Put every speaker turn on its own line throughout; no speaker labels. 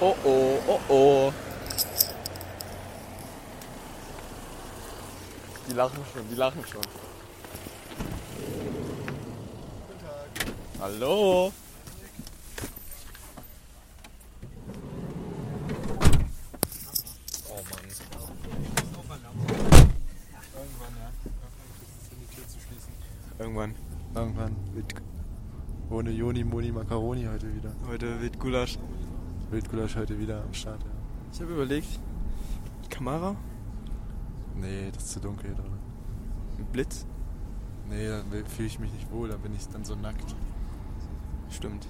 oh oh, oh oh. Die lachen schon, die lachen schon.
Guten Tag.
Hallo.
Oh Mann.
Irgendwann, ja. Irgendwann die Tür zu schließen.
Irgendwann.
Irgendwann. Mit ohne Joni, Moni, Macaroni heute wieder.
Heute wird Gulasch.
Wildgulasch heute wieder am Start, ja.
Ich habe überlegt, Kamera,
Nee, das ist zu dunkel hier drin.
mit Blitz.
Nee, dann fühle ich mich nicht wohl, dann bin ich dann so nackt.
Stimmt.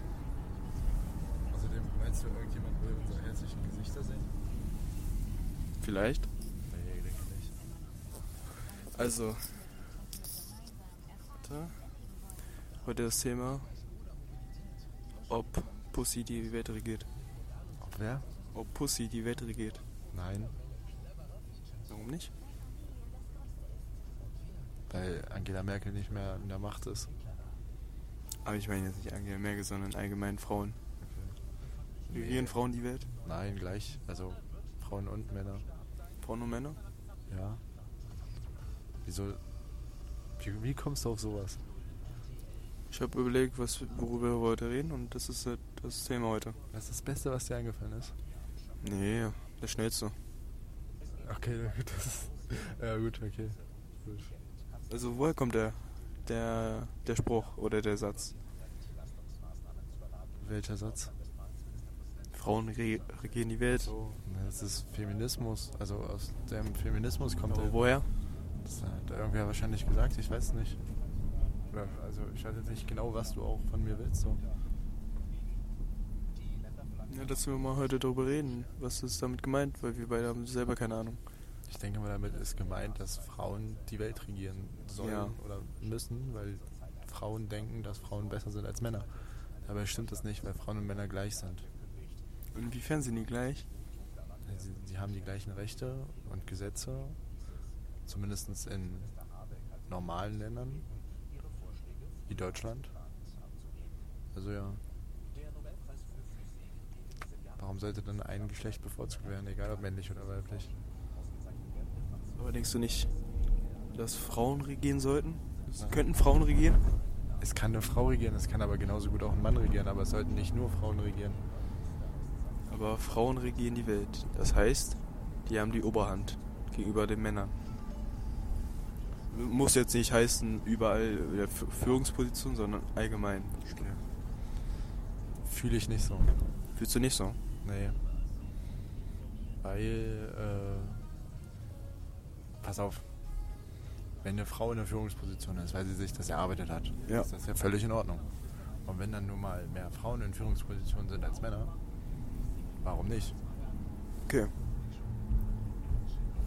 Außerdem, meinst du, irgendjemand will unsere hässlichen Gesichter sehen?
Vielleicht.
Nee, denke ich nicht.
Also. Da. Heute das Thema, ob Pussy die Welt regiert.
Ob wer?
Ob Pussy die Welt regiert.
Nein,
Warum nicht?
weil Angela Merkel nicht mehr in der Macht ist.
Aber ich meine jetzt nicht Angela Merkel, sondern allgemein Frauen. Regieren Frauen die Welt?
Nein, gleich. Also Frauen und Männer.
Frauen und Männer?
Ja. Wieso? Wie, wie kommst du auf sowas?
Ich habe überlegt, was, worüber wir heute reden und das ist äh, das Thema heute.
Was ist das Beste, was dir eingefallen ist?
Nee, das Schnellste.
Okay, na gut, das ist. Ja, gut, okay. Gut.
Also woher kommt der, der, der Spruch oder der Satz?
Welcher Satz?
Frauen re regieren die Welt.
Na, Das ist Feminismus. Also aus dem Feminismus kommt
Aber
der.
woher?
Das hat irgendwer wahrscheinlich gesagt, ich weiß nicht. Oder, also ich weiß jetzt nicht genau, was du auch von mir willst. So.
Ja, dass wir mal heute darüber reden, was ist damit gemeint, weil wir beide haben selber keine Ahnung.
Ich denke mal, damit ist gemeint, dass Frauen die Welt regieren sollen
Ja.
oder müssen, weil Frauen denken, dass Frauen besser sind als Männer. Dabei stimmt das nicht, weil Frauen und Männer gleich sind.
Inwiefern sind die gleich?
Sie, sie haben die gleichen Rechte und Gesetze, zumindest in normalen Ländern wie Deutschland. Also ja. Warum sollte dann ein Geschlecht bevorzugt werden, egal ob männlich oder weiblich?
Aber denkst du nicht, dass Frauen regieren sollten?
Nein.
Könnten Frauen regieren?
Es kann eine Frau regieren, es kann aber genauso gut auch ein Mann regieren, aber es sollten nicht nur Frauen regieren.
Aber Frauen regieren die Welt. Das heißt, die haben die Oberhand gegenüber den Männern. Muss jetzt nicht heißen, überall äh, Fü- Führungsposition, sondern allgemein.
Fühle ich nicht so.
Fühlst du nicht so?
Nee. Weil, äh, pass auf, wenn eine Frau in der Führungsposition ist, weil sie sich das erarbeitet hat,
Ja.
ist das ja völlig in Ordnung. Und wenn dann nun mal mehr Frauen in Führungspositionen sind als Männer, warum nicht?
Okay.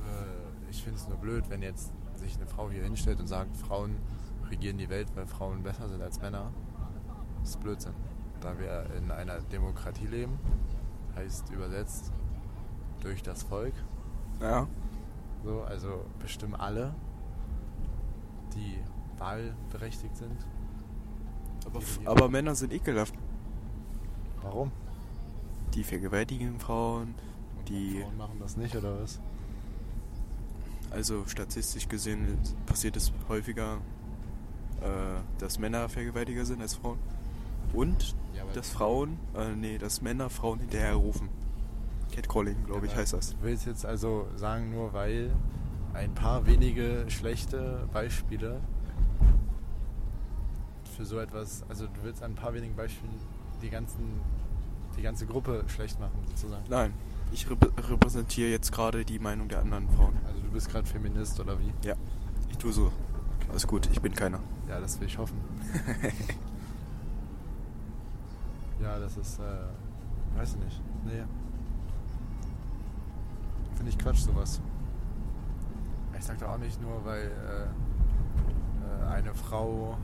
Äh, ich finde es nur blöd, wenn jetzt sich eine Frau hier hinstellt und sagt, Frauen regieren die Welt, weil Frauen besser sind als Männer. Das ist Blödsinn. Da wir in einer Demokratie leben, heißt übersetzt durch das Volk,
Ja.
so, also bestimmen alle, die wahlberechtigt sind.
Aber,
Die regieren.
aber Männer sind ekelhaft.
Warum?
Die vergewaltigen Frauen, die.
Frauen machen das nicht, oder was?
Also statistisch gesehen passiert es häufiger, äh, dass Männer Vergewaltiger sind als Frauen. Und
Ja, aber-
dass Frauen, äh, nee, dass Männer Frauen hinterherrufen. Catcalling, glaube ich,
Aber
heißt das.
Du willst jetzt also sagen, nur weil ein paar wenige schlechte Beispiele für so etwas, also du willst an ein paar wenigen Beispielen die, ganzen, die ganze Gruppe schlecht machen, sozusagen.
Nein, ich reprä repräsentiere jetzt gerade die Meinung der anderen Frauen.
Also du bist gerade Feminist, oder wie?
Ja, ich tue so. Alles gut, ich bin keiner.
Ja, das will ich hoffen. ja, das ist, äh, weiß ich nicht. Nee. Finde ich Quatsch, sowas. Ich sag doch auch nicht nur, weil äh, äh, eine Frau.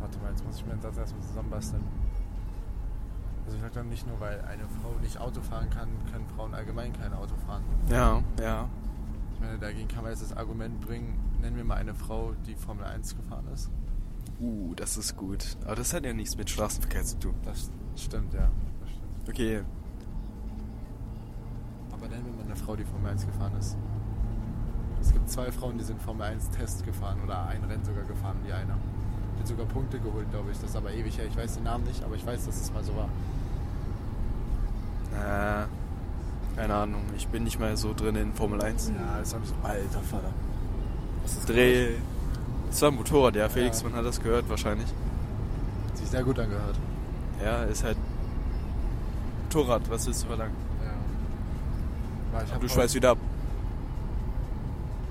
Warte mal, jetzt muss ich mir den Satz erstmal zusammenbasteln. Also ich sag doch nicht nur, weil eine Frau nicht Auto fahren kann, können Frauen allgemein kein Auto fahren.
Ja, ja.
Ich meine, dagegen kann man jetzt das Argument bringen, nennen wir mal eine Frau, die Formel 1 gefahren ist.
Uh, das ist gut. Aber das hat ja nichts mit Straßenverkehr zu tun.
Das stimmt, ja.
Okay,
eine Frau, die Formel 1 gefahren ist. Es gibt zwei Frauen, die sind Formel 1 Test gefahren oder ein Rennen sogar gefahren, die eine. Die hat sogar Punkte geholt, glaube ich. Das ist aber ewig her. Ich weiß den Namen nicht, aber ich weiß, dass es mal so war.
Äh, keine Ahnung, ich bin nicht mal so drin in Formel 1.
Ja, das habe ich so. Alter Vater.
Das ist Dreh. Das war ein Motorrad, ja, Felix,
Ja.
man hat das gehört wahrscheinlich.
Hat sich sehr gut angehört.
Ja, ist halt Motorrad, was willst du verlangen?
Weil ich hab
Du
heute-
schweißt wieder ab.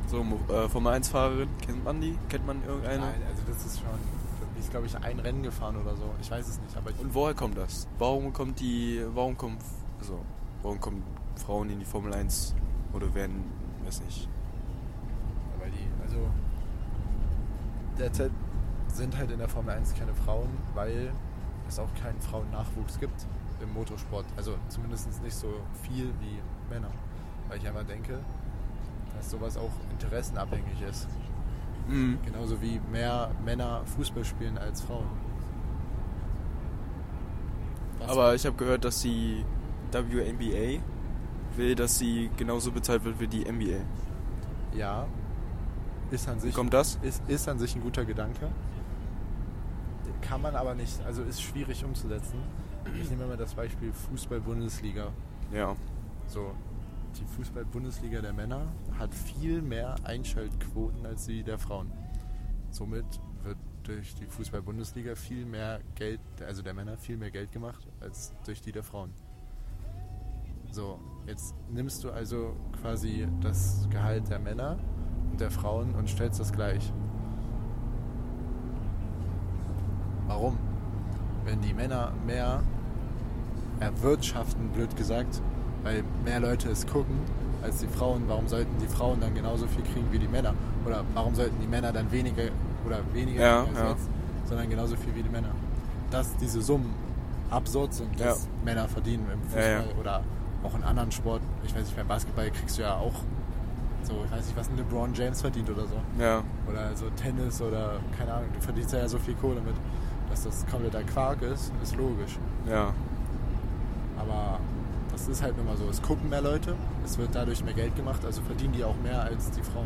So, Mo- äh, Formel 1-Fahrerin, kennt man die? Kennt man irgendeine?
Nein, also das ist schon. Die ist, glaube ich, ein Rennen gefahren oder so. Ich weiß es nicht, aber ich.
Und woher kommt das? Warum kommt die, warum kommen, also, warum kommen Frauen in die Formel 1 oder werden, weiß nicht.
Weil die, also derzeit sind halt in der Formel 1 keine Frauen, weil es auch keinen Frauennachwuchs gibt im Motorsport. Also zumindest nicht so viel wie Männer. Weil ich einfach denke, dass sowas auch interessenabhängig ist.
Mhm.
Genauso wie mehr Männer Fußball spielen als Frauen. Was-
Aber ich habe gehört, dass die WNBA will, dass sie genauso bezahlt wird wie die NBA.
ja, ist an sich
Kommt das?
ist, ist an sich ein guter Gedanke. Kann man aber nicht, also ist schwierig umzusetzen. Ich nehme immer das Beispiel Fußball-Bundesliga.
Ja.
So, die Fußball-Bundesliga der Männer hat viel mehr Einschaltquoten als die der Frauen. Somit wird durch die Fußball-Bundesliga viel mehr Geld, also der Männer viel mehr Geld gemacht als durch die der Frauen. So, jetzt nimmst du also quasi das Gehalt der Männer und der Frauen und stellst das gleich. Warum? Wenn die Männer mehr erwirtschaften, blöd gesagt, weil mehr Leute es gucken als die Frauen, warum sollten die Frauen dann genauso viel kriegen wie die Männer? Oder warum sollten die Männer dann weniger oder weniger
Ja,
als
ja.
jetzt, sondern genauso viel wie die Männer? Dass diese Summen absurd sind,
Ja.
dass Männer verdienen im Fußball
Ja, ja.
oder auch in anderen Sporten. Ich weiß nicht, beim Basketball kriegst du ja auch so, ich weiß nicht, was ein LeBron James verdient oder so.
Ja.
Oder so Tennis oder keine Ahnung, du verdienst ja so viel Kohle mit. Dass das kompletter Quark ist, ist logisch.
Ja.
Aber das ist halt nun mal so. Es gucken mehr Leute, es wird dadurch mehr Geld gemacht, also verdienen die auch mehr als die Frauen.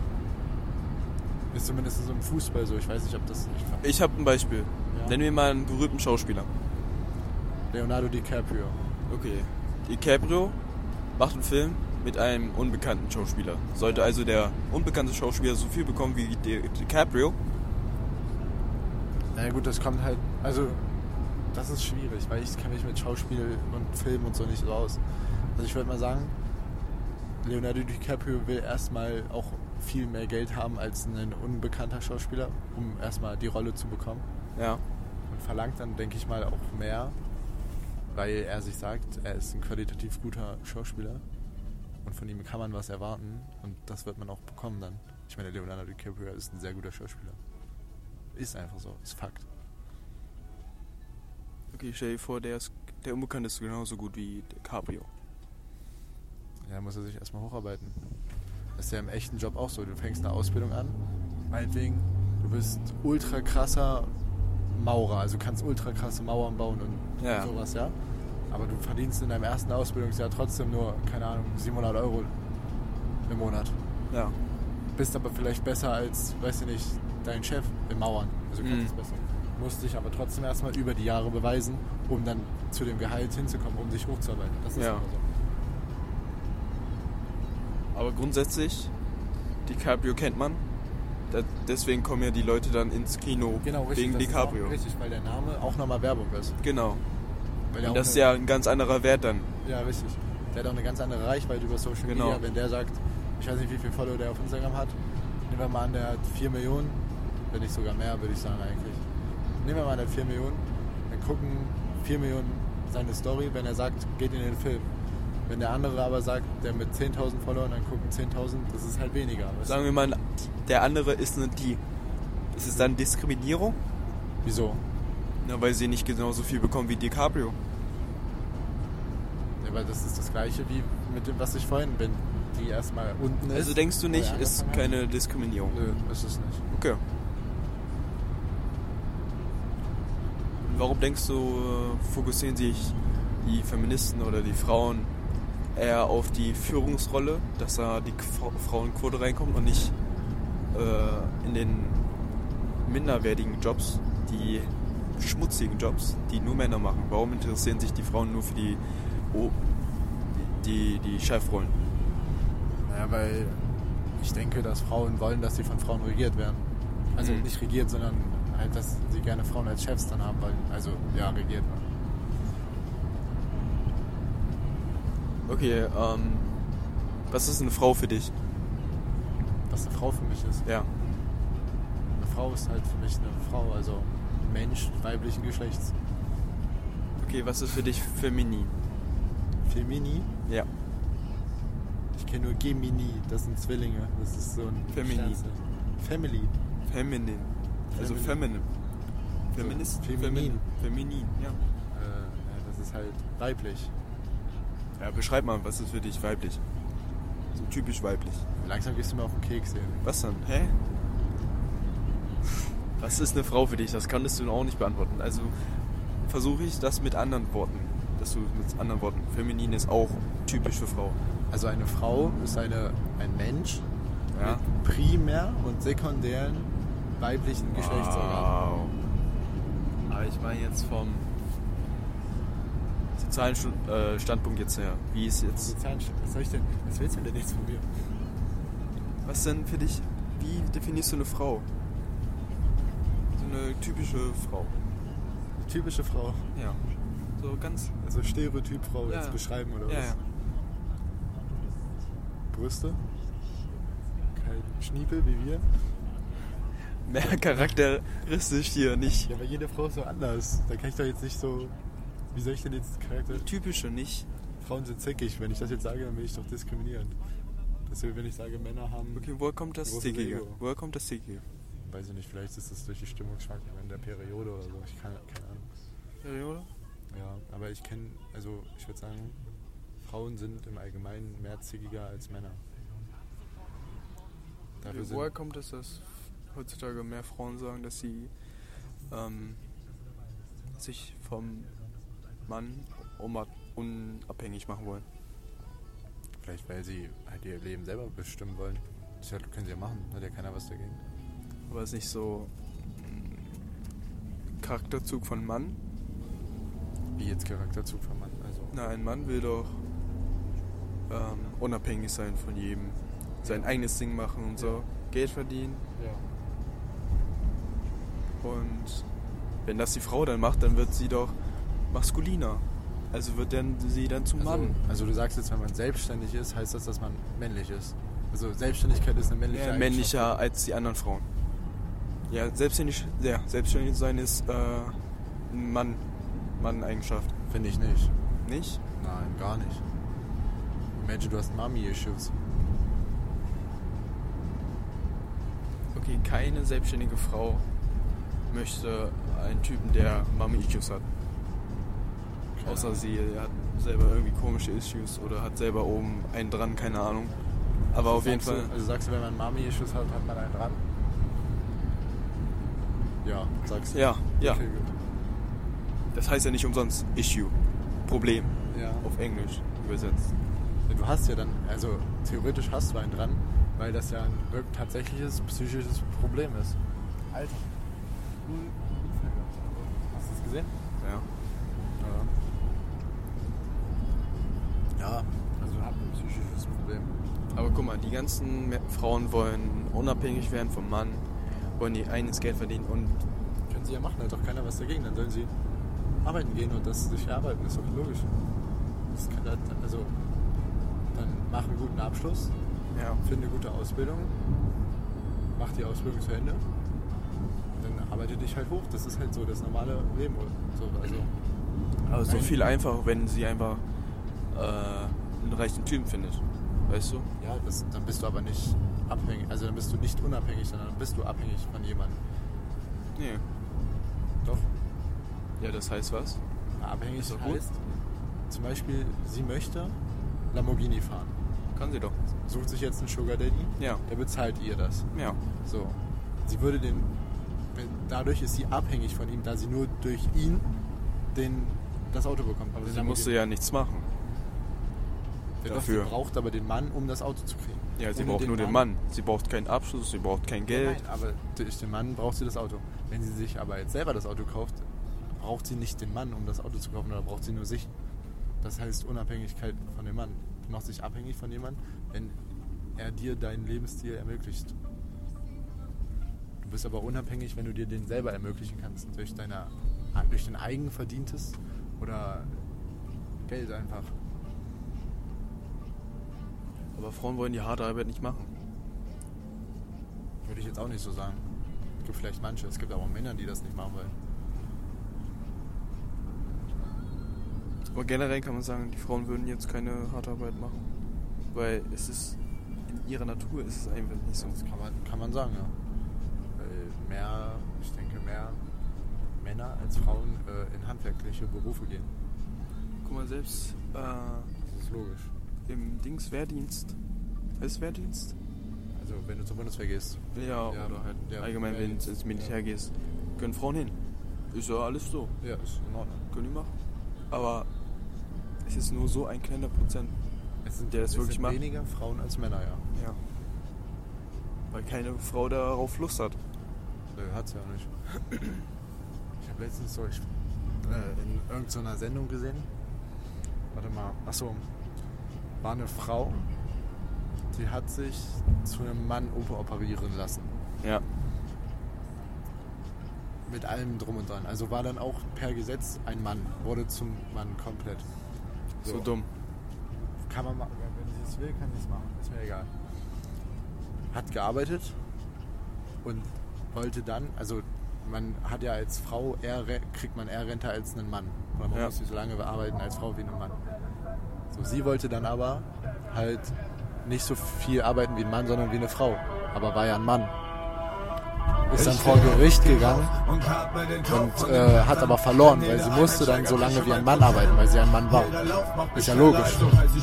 Ist zumindest so im Fußball so. Ich weiß nicht, ob das nicht
Ich habe ein Beispiel.
Ja.
Nennen wir mal einen berühmten Schauspieler.
Leonardo DiCaprio.
Okay. DiCaprio macht einen Film mit einem unbekannten Schauspieler. Sollte also der unbekannte Schauspieler so viel bekommen wie Di DiCaprio?
Na gut, das kommt halt. Also, das ist schwierig, weil ich kenne mich mit Schauspiel und Film und so nicht so aus. Also, ich würde mal sagen, Leonardo DiCaprio will erstmal auch viel mehr Geld haben als ein unbekannter Schauspieler, um erstmal die Rolle zu bekommen.
Ja.
Und verlangt dann, denke ich mal, auch mehr, weil er sich sagt, er ist ein qualitativ guter Schauspieler und von ihm kann man was erwarten und das wird man auch bekommen dann. Ich meine, Leonardo DiCaprio ist ein sehr guter Schauspieler. Ist einfach so, ist Fakt.
Okay, stell dir vor, der, ist, der Unbekannte ist genauso gut wie DiCaprio.
Ja, da muss er sich erstmal hocharbeiten. Das ist ja im echten Job auch so. Du fängst eine Ausbildung an, meinetwegen, du bist ultra krasser Maurer, also kannst ultra krasse Mauern bauen und
Ja.
sowas, ja. Aber du verdienst in deinem ersten Ausbildungsjahr trotzdem nur, keine Ahnung, 700 Euro im Monat.
Ja.
Bist aber vielleicht besser als, weiß ich nicht, dein Chef im Mauern. Also kannst
Mhm.
es besser. Musst dich aber trotzdem erstmal über die Jahre beweisen, um dann zu dem Gehalt hinzukommen, um dich hochzuarbeiten. Das ist
Ja.
immer so.
Aber grundsätzlich, DiCaprio kennt man. Da, deswegen kommen ja die Leute dann ins Kino
Genau, richtig.
wegen
das ist
DiCaprio.
Auch, richtig, weil der Name auch nochmal Werbung ist.
Genau.
Weil der
Und
auch
das ist
eine-
ja ein ganz anderer Wert dann.
Ja, richtig. Der hat auch eine ganz andere Reichweite über Social
Genau.
Media. Wenn der sagt, ich weiß nicht, wie viel Follower der auf Instagram hat. Nehmen wir mal an, der hat 4 Millionen. Wenn nicht sogar mehr, würde ich sagen eigentlich. Nehmen wir mal an, der hat 4 Millionen. Dann gucken 4 Millionen seine Story, wenn er sagt, geht in den Film. Wenn der andere aber sagt, der mit 10.000 Followern, dann gucken 10.000, das ist halt weniger. weißt du?
Sagen wir mal, der andere ist eine die. Ist es dann Diskriminierung?
Wieso?
Na, weil sie nicht genauso viel bekommen wie DiCaprio.
Ja, weil das ist das gleiche wie mit dem, was ich vorhin bin. Die erstmal unten ist.
Also denkst du
wo
nicht,
er
ist
angefangen
keine Diskriminierung?
hat? Nö, ist es nicht.
Okay. Und Warum denkst du, äh, fokussieren sich die Feministen oder die Frauen eher auf die Führungsrolle, dass da die Qu- Frauenquote reinkommt und nicht äh, in den minderwertigen Jobs, die schmutzigen Jobs, die nur Männer machen. Warum interessieren sich die Frauen nur für die, o die, die Chefrollen?
Naja, weil ich denke, dass Frauen wollen, dass sie von Frauen regiert werden. Also
Mhm.
nicht regiert, sondern halt, dass sie gerne Frauen als Chefs dann haben wollen. Also ja, regiert. ne?
Okay, ähm, was ist eine Frau für dich?
Dass eine Frau für mich ist.
Ja.
Eine Frau ist halt für mich eine Frau, also Mensch weiblichen Geschlechts.
Okay, was ist für dich feminin?
Femini.
Ja.
Ich kenne nur Gemini, das sind Zwillinge. Das ist so ein
Femini.
Sternzeichen. Family.
Feminin. Also
Feminin.
feminin. Feminist.
So, feminin.
Femin- Feminin, ja.
Äh, ja, das ist halt weiblich.
Ja, beschreib mal, was ist für dich weiblich? So typisch weiblich.
Langsam gehst du mir auf den Keks hier.
Was dann? Hä? Was ist eine Frau für dich? Das kannst du auch nicht beantworten. Also versuche ich das mit anderen Worten. Dass du mit anderen Worten. Feminin ist auch typisch für Frau.
Also eine Frau ist eine, ein Mensch
Ja.
mit primär und sekundären weiblichen Geschlechtsorganen.
Wow. Aber Ah, ich meine jetzt vom sozialen Stu- äh, Standpunkt jetzt her. Wie ist jetzt.
Sozialen Sch- Was soll ich denn? Was willst du denn jetzt von mir?
Was denn für dich? Wie definierst du eine Frau? So eine typische Frau.
Eine typische Frau.
Ja. So ganz.
Also Stereotypfrau
Ja,
jetzt
ja.
beschreiben oder
Ja,
was?
ja.
Brüste? Kein Schniepel wie wir.
Mehr charakteristisch hier nicht.
Ja, aber jede Frau ist so anders. Da kann ich doch jetzt nicht so. Wie soll ich denn jetzt Charakter.
Die typische nicht.
Frauen sind zickig. Wenn ich das jetzt sage, dann bin ich doch diskriminierend. Deswegen, wenn ich sage, Männer haben.
Okay, woher kommt das
Großes
Zickige?
Ego.
Woher kommt das Zickige?
Weiß ich nicht, vielleicht ist das durch die Stimmungsschwankungen der Periode oder so. Ich kann keine Ahnung.
Periode?
Ja, aber ich kenne, also ich würde sagen, Frauen sind im Allgemeinen mehr zickiger als Männer. Dafür sind,
Woher kommt das, dass heutzutage mehr Frauen sagen, dass sie ähm, sich vom Mann unma- unabhängig machen wollen?
vielleicht weil sie halt ihr Leben selber bestimmen wollen. Das ja- können sie ja machen, hat ja keiner was dagegen.
Aber ist nicht so mm, Charakterzug von Mann?
Wie jetzt Charakterzug von Mann. Also,
Na, ein Mann will doch ähm, unabhängig sein von jedem. Sein eigenes Ding machen und so. Geld verdienen.
ja.
Und wenn das die Frau dann macht, dann wird sie doch maskuliner. Also wird dann sie dann zum
Also,
Mann.
also du sagst jetzt, wenn man selbstständig ist, heißt das, dass man männlich ist. Also Selbstständigkeit ist eine männliche
Ja,
Eigenschaft.
Äh, männlicher als die anderen Frauen. Ja, selbstständig, ja, selbstständig sein ist äh, ein Mann, Mann-Eigenschaft.
Finde ich nicht.
Nicht?
Nein, gar nicht. Imagine, du hast Mommy-Issues.
Okay, keine selbstständige Frau möchte einen Typen, der Mami-Issues hat.
Keine
Außer
Ahnung.
sie hat selber irgendwie komische Issues oder hat selber oben einen dran, keine Ahnung. Aber auf jeden
Sagst
Fall.
Du, also sagst du, wenn man Mami-Issues hat, hat man einen dran? Ja, sagst du.
Ja, ja.
Okay, gut.
Das heißt ja nicht umsonst Issue. Problem.
Ja.
Auf Englisch übersetzt.
Du hast ja dann, also theoretisch hast du einen dran, weil das ja ein wirklich tatsächliches psychisches Problem ist. Alter. Hast du es gesehen?
Ja.
Ja. Ja, also hat ein psychisches Problem.
Aber guck mal, die ganzen Me- Frauen wollen unabhängig werden vom Mann, wollen ihr eigenes Geld verdienen und
Können sie ja machen, hat doch keiner was dagegen. Dann sollen sie arbeiten gehen und das sich erarbeiten, ist doch logisch. Das kann halt, also, dann mach einen guten Abschluss,
ja.
finde eine gute Ausbildung, mach die Ausbildung zu Ende, dann arbeite dich halt hoch. Das ist halt so das normale Leben. So, also,
Aber so
Nein.
viel einfacher, wenn sie einfach äh, einen reichen Typen findet. Weißt du?
ja, das, dann bist du aber nicht abhängig, also dann bist du nicht unabhängig, sondern dann bist du abhängig von jemandem.
Nee.
Doch.
Ja, das heißt was?
Abhängig
Ist doch gut.
heißt, zum Beispiel, sie möchte Lamborghini fahren.
Kann sie doch.
Sucht sich jetzt einen Sugar Daddy,
Ja.
der bezahlt ihr das.
Ja.
So. Sie würde den. wenn- Dadurch ist sie abhängig von ihm, da sie nur durch ihn den, das Auto bekommt. Aber
Sie musste Also ja nichts machen.
Der
Dafür.
Dafür. braucht aber den Mann, um das Auto zu kriegen. Um
Ja, sie
Ohne
braucht nur den Mann. Sie braucht keinen Abschluss, sie braucht kein Geld.
Nein, aber durch den Mann braucht sie das Auto. Wenn sie sich aber jetzt selber das Auto kauft, braucht sie nicht den Mann, um das Auto zu kaufen, oder braucht sie nur sich. Das heißt Unabhängigkeit von dem Mann. Du machst dich abhängig von jemandem, wenn er dir deinen Lebensstil ermöglicht. Du bist aber unabhängig, wenn du dir den selber ermöglichen kannst. Durch, deine, durch dein Eigenverdientes oder Geld einfach.
Aber Frauen wollen die harte Arbeit nicht machen.
Würde ich jetzt auch nicht so sagen. Es gibt vielleicht manche, es gibt aber auch Männer, die das nicht machen wollen.
Aber generell kann man sagen, die Frauen würden jetzt keine harte Arbeit machen. Weil es ist in ihrer Natur ist es einfach nicht so.
Das kann man, kann man sagen, ja. Weil mehr, ich denke, mehr Männer als Frauen äh, in handwerkliche Berufe gehen.
Guck mal, selbst äh,
Das ist logisch.
im Dings Wehrdienst. Heißt es Wehrdienst?
Also, wenn du zur Bundeswehr gehst,
Ja,
Ja,
oder halt
ja,
allgemein, wenn du ins
Wehrdienst,
Militär
ja.
gehst, können Frauen hin. Ist ja alles so.
ja, ist in Ordnung.
Können die machen. Aber es ist nur so ein kleiner Prozent.
Es sind,
Der das
es
wirklich
sind
macht.
weniger Frauen als Männer, ja.
Ja. Weil keine Frau darauf Lust hat.
Nö, hat's ja nicht. Ich habe letztens so ich, äh, in irgendeiner Sendung gesehen. Warte mal. Achso. War eine Frau, die hat sich zu einem Mann operieren lassen.
Ja.
Mit allem drum und dran. Also war dann auch per Gesetz ein Mann. Wurde zum Mann komplett.
So, dumm.
Kann man machen. Wenn sie es will, kann sie es machen. Ist mir egal. Hat gearbeitet und wollte dann, also man hat ja als Frau eher, Re- kriegt man eher Rente als einen Mann. Oder man
Ja.
muss nicht so lange arbeiten als Frau wie ein Mann. So, sie wollte dann aber halt nicht so viel arbeiten wie ein Mann, sondern wie eine Frau. Aber war ja ein Mann. Ist dann vor Gericht gegangen und äh, hat aber verloren, weil sie musste dann so lange wie ein Mann arbeiten, weil sie ein Mann war. Ist ja logisch.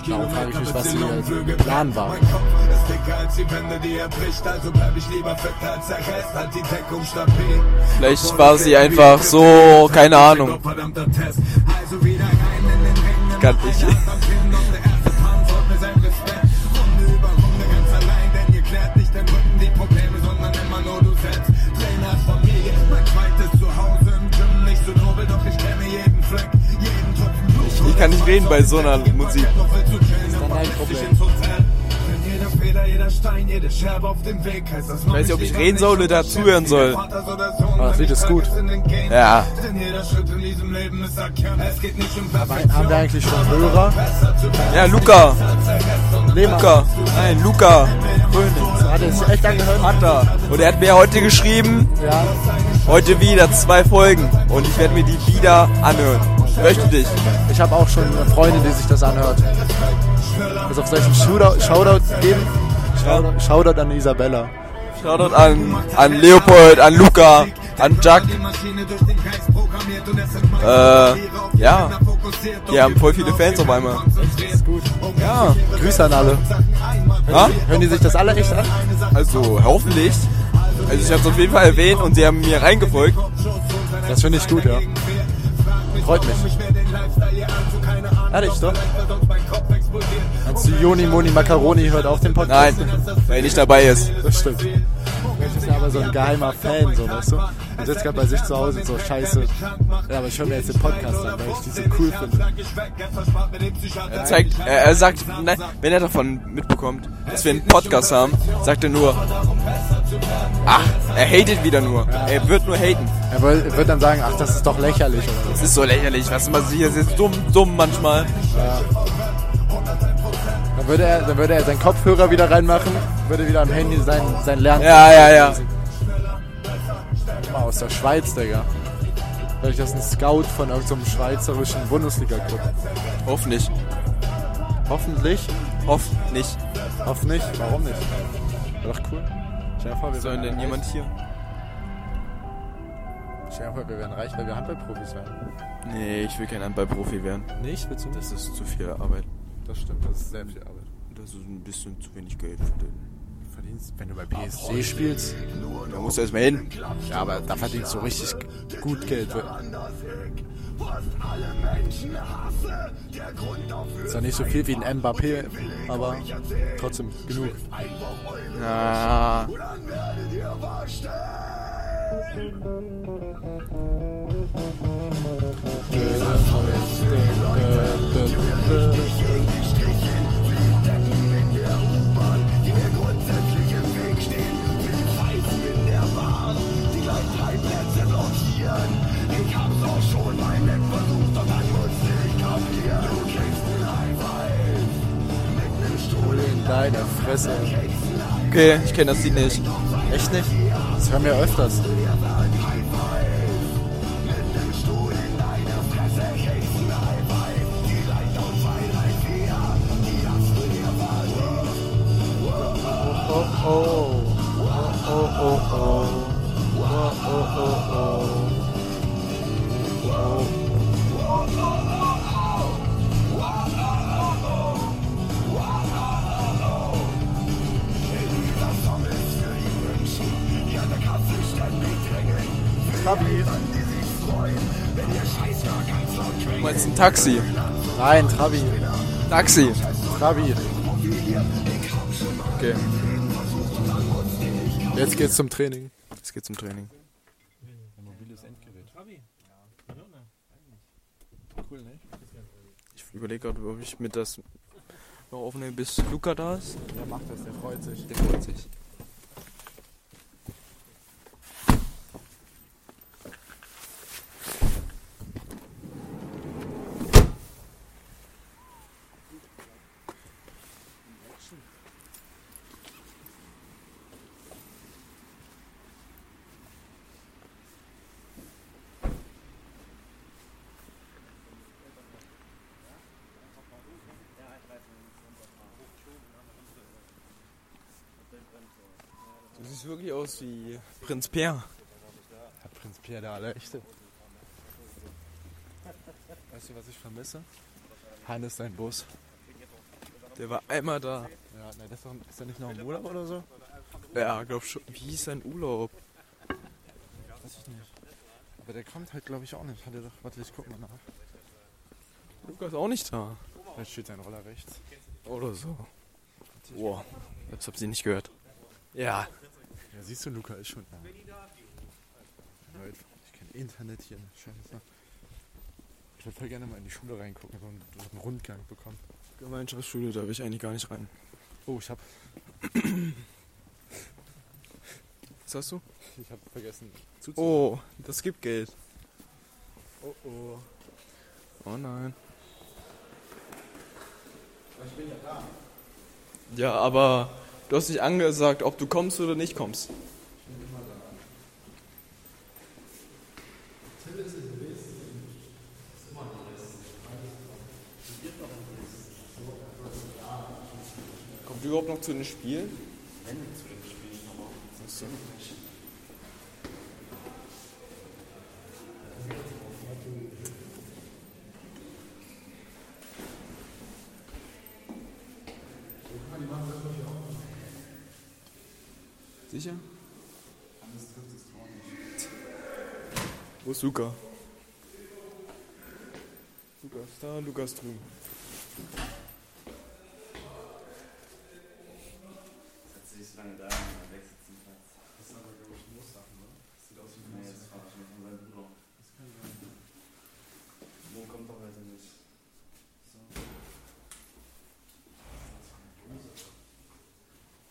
Darum frage ich mich, was ihr Plan war.
Mein Kopf ist dicker als die Wände, die er bricht, also bleib ich lieber fit als der Rest, halt die Deckung stabil.
Vielleicht war sie einfach so, keine Ahnung.
Verdammter Test, also wieder rein in den Ring. nimm
Kann
noch
ich.
eine Hand am Kinn und der erste Tanz hat mir sein Respekt. Runde über Runde ganz allein, denn ihr klärt nicht den Rücken die Probleme, sondern immer nur du selbst. Trainer ist Familie, mein zweites Zuhause im Gym, nicht so nobel, doch ich kenne jeden Fleck, jeden Tropfen Blut.
ich kann nicht reden bei so einer Musik.
Dann
dein Problem.
wenn jeder Feder, jeder Stein, jede Scherbe auf dem Weg heißt das noch
weiß nicht, ob ich reden soll oder
dass ich
zuhören soll.
Vater oder Sohn,
Ah, das Lied ist gut.
Ja.
Denn jeder Schritt in diesem Leben ist erkannt. Es geht nicht um
Haben wir eigentlich schon Hörer?
Ja, Luca. Luca. Nein, Luca.
Hat er sich echt angehört?
Hat er. Und er hat mir heute geschrieben,
Ja.
heute wieder zwei Folgen. Und ich werde mir die wieder anhören. Ich möchte dich.
Ich habe auch schon Freunde, die sich das anhört. Also auf solchen Shootout, Shoutout geben. Shoutout, Shoutout an Isabella.
Shoutout an, an Leopold, an Luca, an Jack. Äh, ja. Die haben voll viele Fans auf einmal.
Ist gut.
Ja.
Grüße an alle.
Ha?
Hören die sich das alle echt an?
Also, hoffentlich. Also, ich habe es auf jeden Fall erwähnt und sie haben mir reingefolgt.
Das finde ich gut, ja. Freut mich. Ehrlich, doch? Meinst du, Joni Moni Macaroni hört auch den
Nein,
Podcast?
weil er nicht dabei ist.
Das stimmt. Ich ist aber so ein geheimer Fan, so, weißt du? Und sitzt gerade bei sich zu Hause und so, scheiße. Ja, aber ich höre mir jetzt den Podcast an, weil ich die so cool finde.
Er, zeigt, er, er sagt, nein, wenn er davon mitbekommt, dass wir einen Podcast haben, sagt er nur, ach, er hatet wieder nur. Er wird nur haten.
Er wird wird dann sagen, ach, das ist doch lächerlich oder
Das ist so lächerlich, was man sich das ist dumm, dumm manchmal.
Dann würde er, dann würde er seinen Kopfhörer wieder reinmachen, würde wieder am Handy sein, sein Lernen.
Ja, ja, ja.
Guck mal, aus der Schweiz, Digga. Vielleicht ist das ein Scout von irgendeinem schweizerischen Bundesliga-Club.
Hoffentlich.
Hoffentlich.
Hoff nicht.
Hoff nicht. Warum nicht? Wäre doch cool. Stell dir vor, wir
Soll
wären
denn
reich.
jemand hier?
Stell dir vor, wir wären reich, weil wir Handballprofis wären.
Nee, ich will kein Handballprofi werden.
Nicht? Willst du
Das ist zu viel Arbeit.
Das stimmt, das ist sehr viel Arbeit.
Das ist ein bisschen zu wenig Geld für den.
verdienst, wenn du bei PSG spielst,
Da musst du erstmal hin.
ja, aber da verdienst du richtig gut Geld. Ist ja nicht so viel wie ein Mbappé, aber trotzdem genug.
Ah,
In deiner Fresse.
okay, ich kenne das Lied nicht. Echt nicht?
Das hören wir öfters. Oh, oh, oh. Oh, oh, oh, oh. Oh, oh, oh, oh. Oh. Trabi.
Du meinst ein Taxi.
Nein, Trabi.
Taxi.
Trabi.
Okay,
Jetzt geht's zum Training.
jetzt geht's zum Training.
Cool, ne?
Ich überlege gerade, ob ich mit das noch aufnehme, bis Luca da ist.
Der macht das, der freut sich.
Der freut sich. Du siehst wirklich aus wie Prinz Pierre.
Herr Prinz Pierre der Allerechte. Weißt du, was ich vermisse? Hannes, dein Bus.
Der war einmal da.
Ja, nein, das ist, doch, ist der nicht noch im Urlaub oder so?
Ja, glaub schon. Wie hieß sein Urlaub?
Weiß ich nicht. Aber der kommt halt, glaube ich, auch nicht. Hat er doch, warte, ich guck mal nach.
Luca ist auch nicht da.
Jetzt steht sein Roller rechts.
Oder so. Wow, jetzt hab sie nicht gehört. Ja,
Ja, siehst du, Luca ist schon da. Leute, ich kenne Internet hier. Scheiße. Ich würde voll gerne mal in die Schule reingucken, so einen, so einen Rundgang bekommen.
Gemeinschaftsschule darf ich eigentlich gar nicht rein.
Oh, ich habe
Was hast du?
ich hab vergessen zuzuhören.
Oh, das gibt Geld.
Oh, oh, oh.
Oh nein. Ich bin ja da. Ja, aber du hast nicht angesagt, ob du kommst oder nicht kommst. Kommt ihr überhaupt noch zu den Spielen? Wenn zu den Spielen, aber. Sicher? Wo ist Luca? Luca ist da, Luca ist drüben.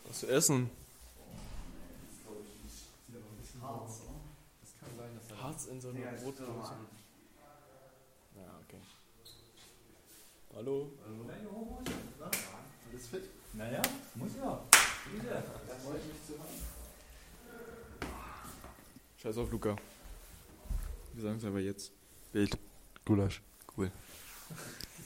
Was zu essen? Harz in so einer Brotdose. Ja, okay. Hallo? Hallo? Alles fit? Naja, muss ja. Scheiß auf Luca. Wir sagen es aber jetzt. Bild.
Gulasch.
Cool.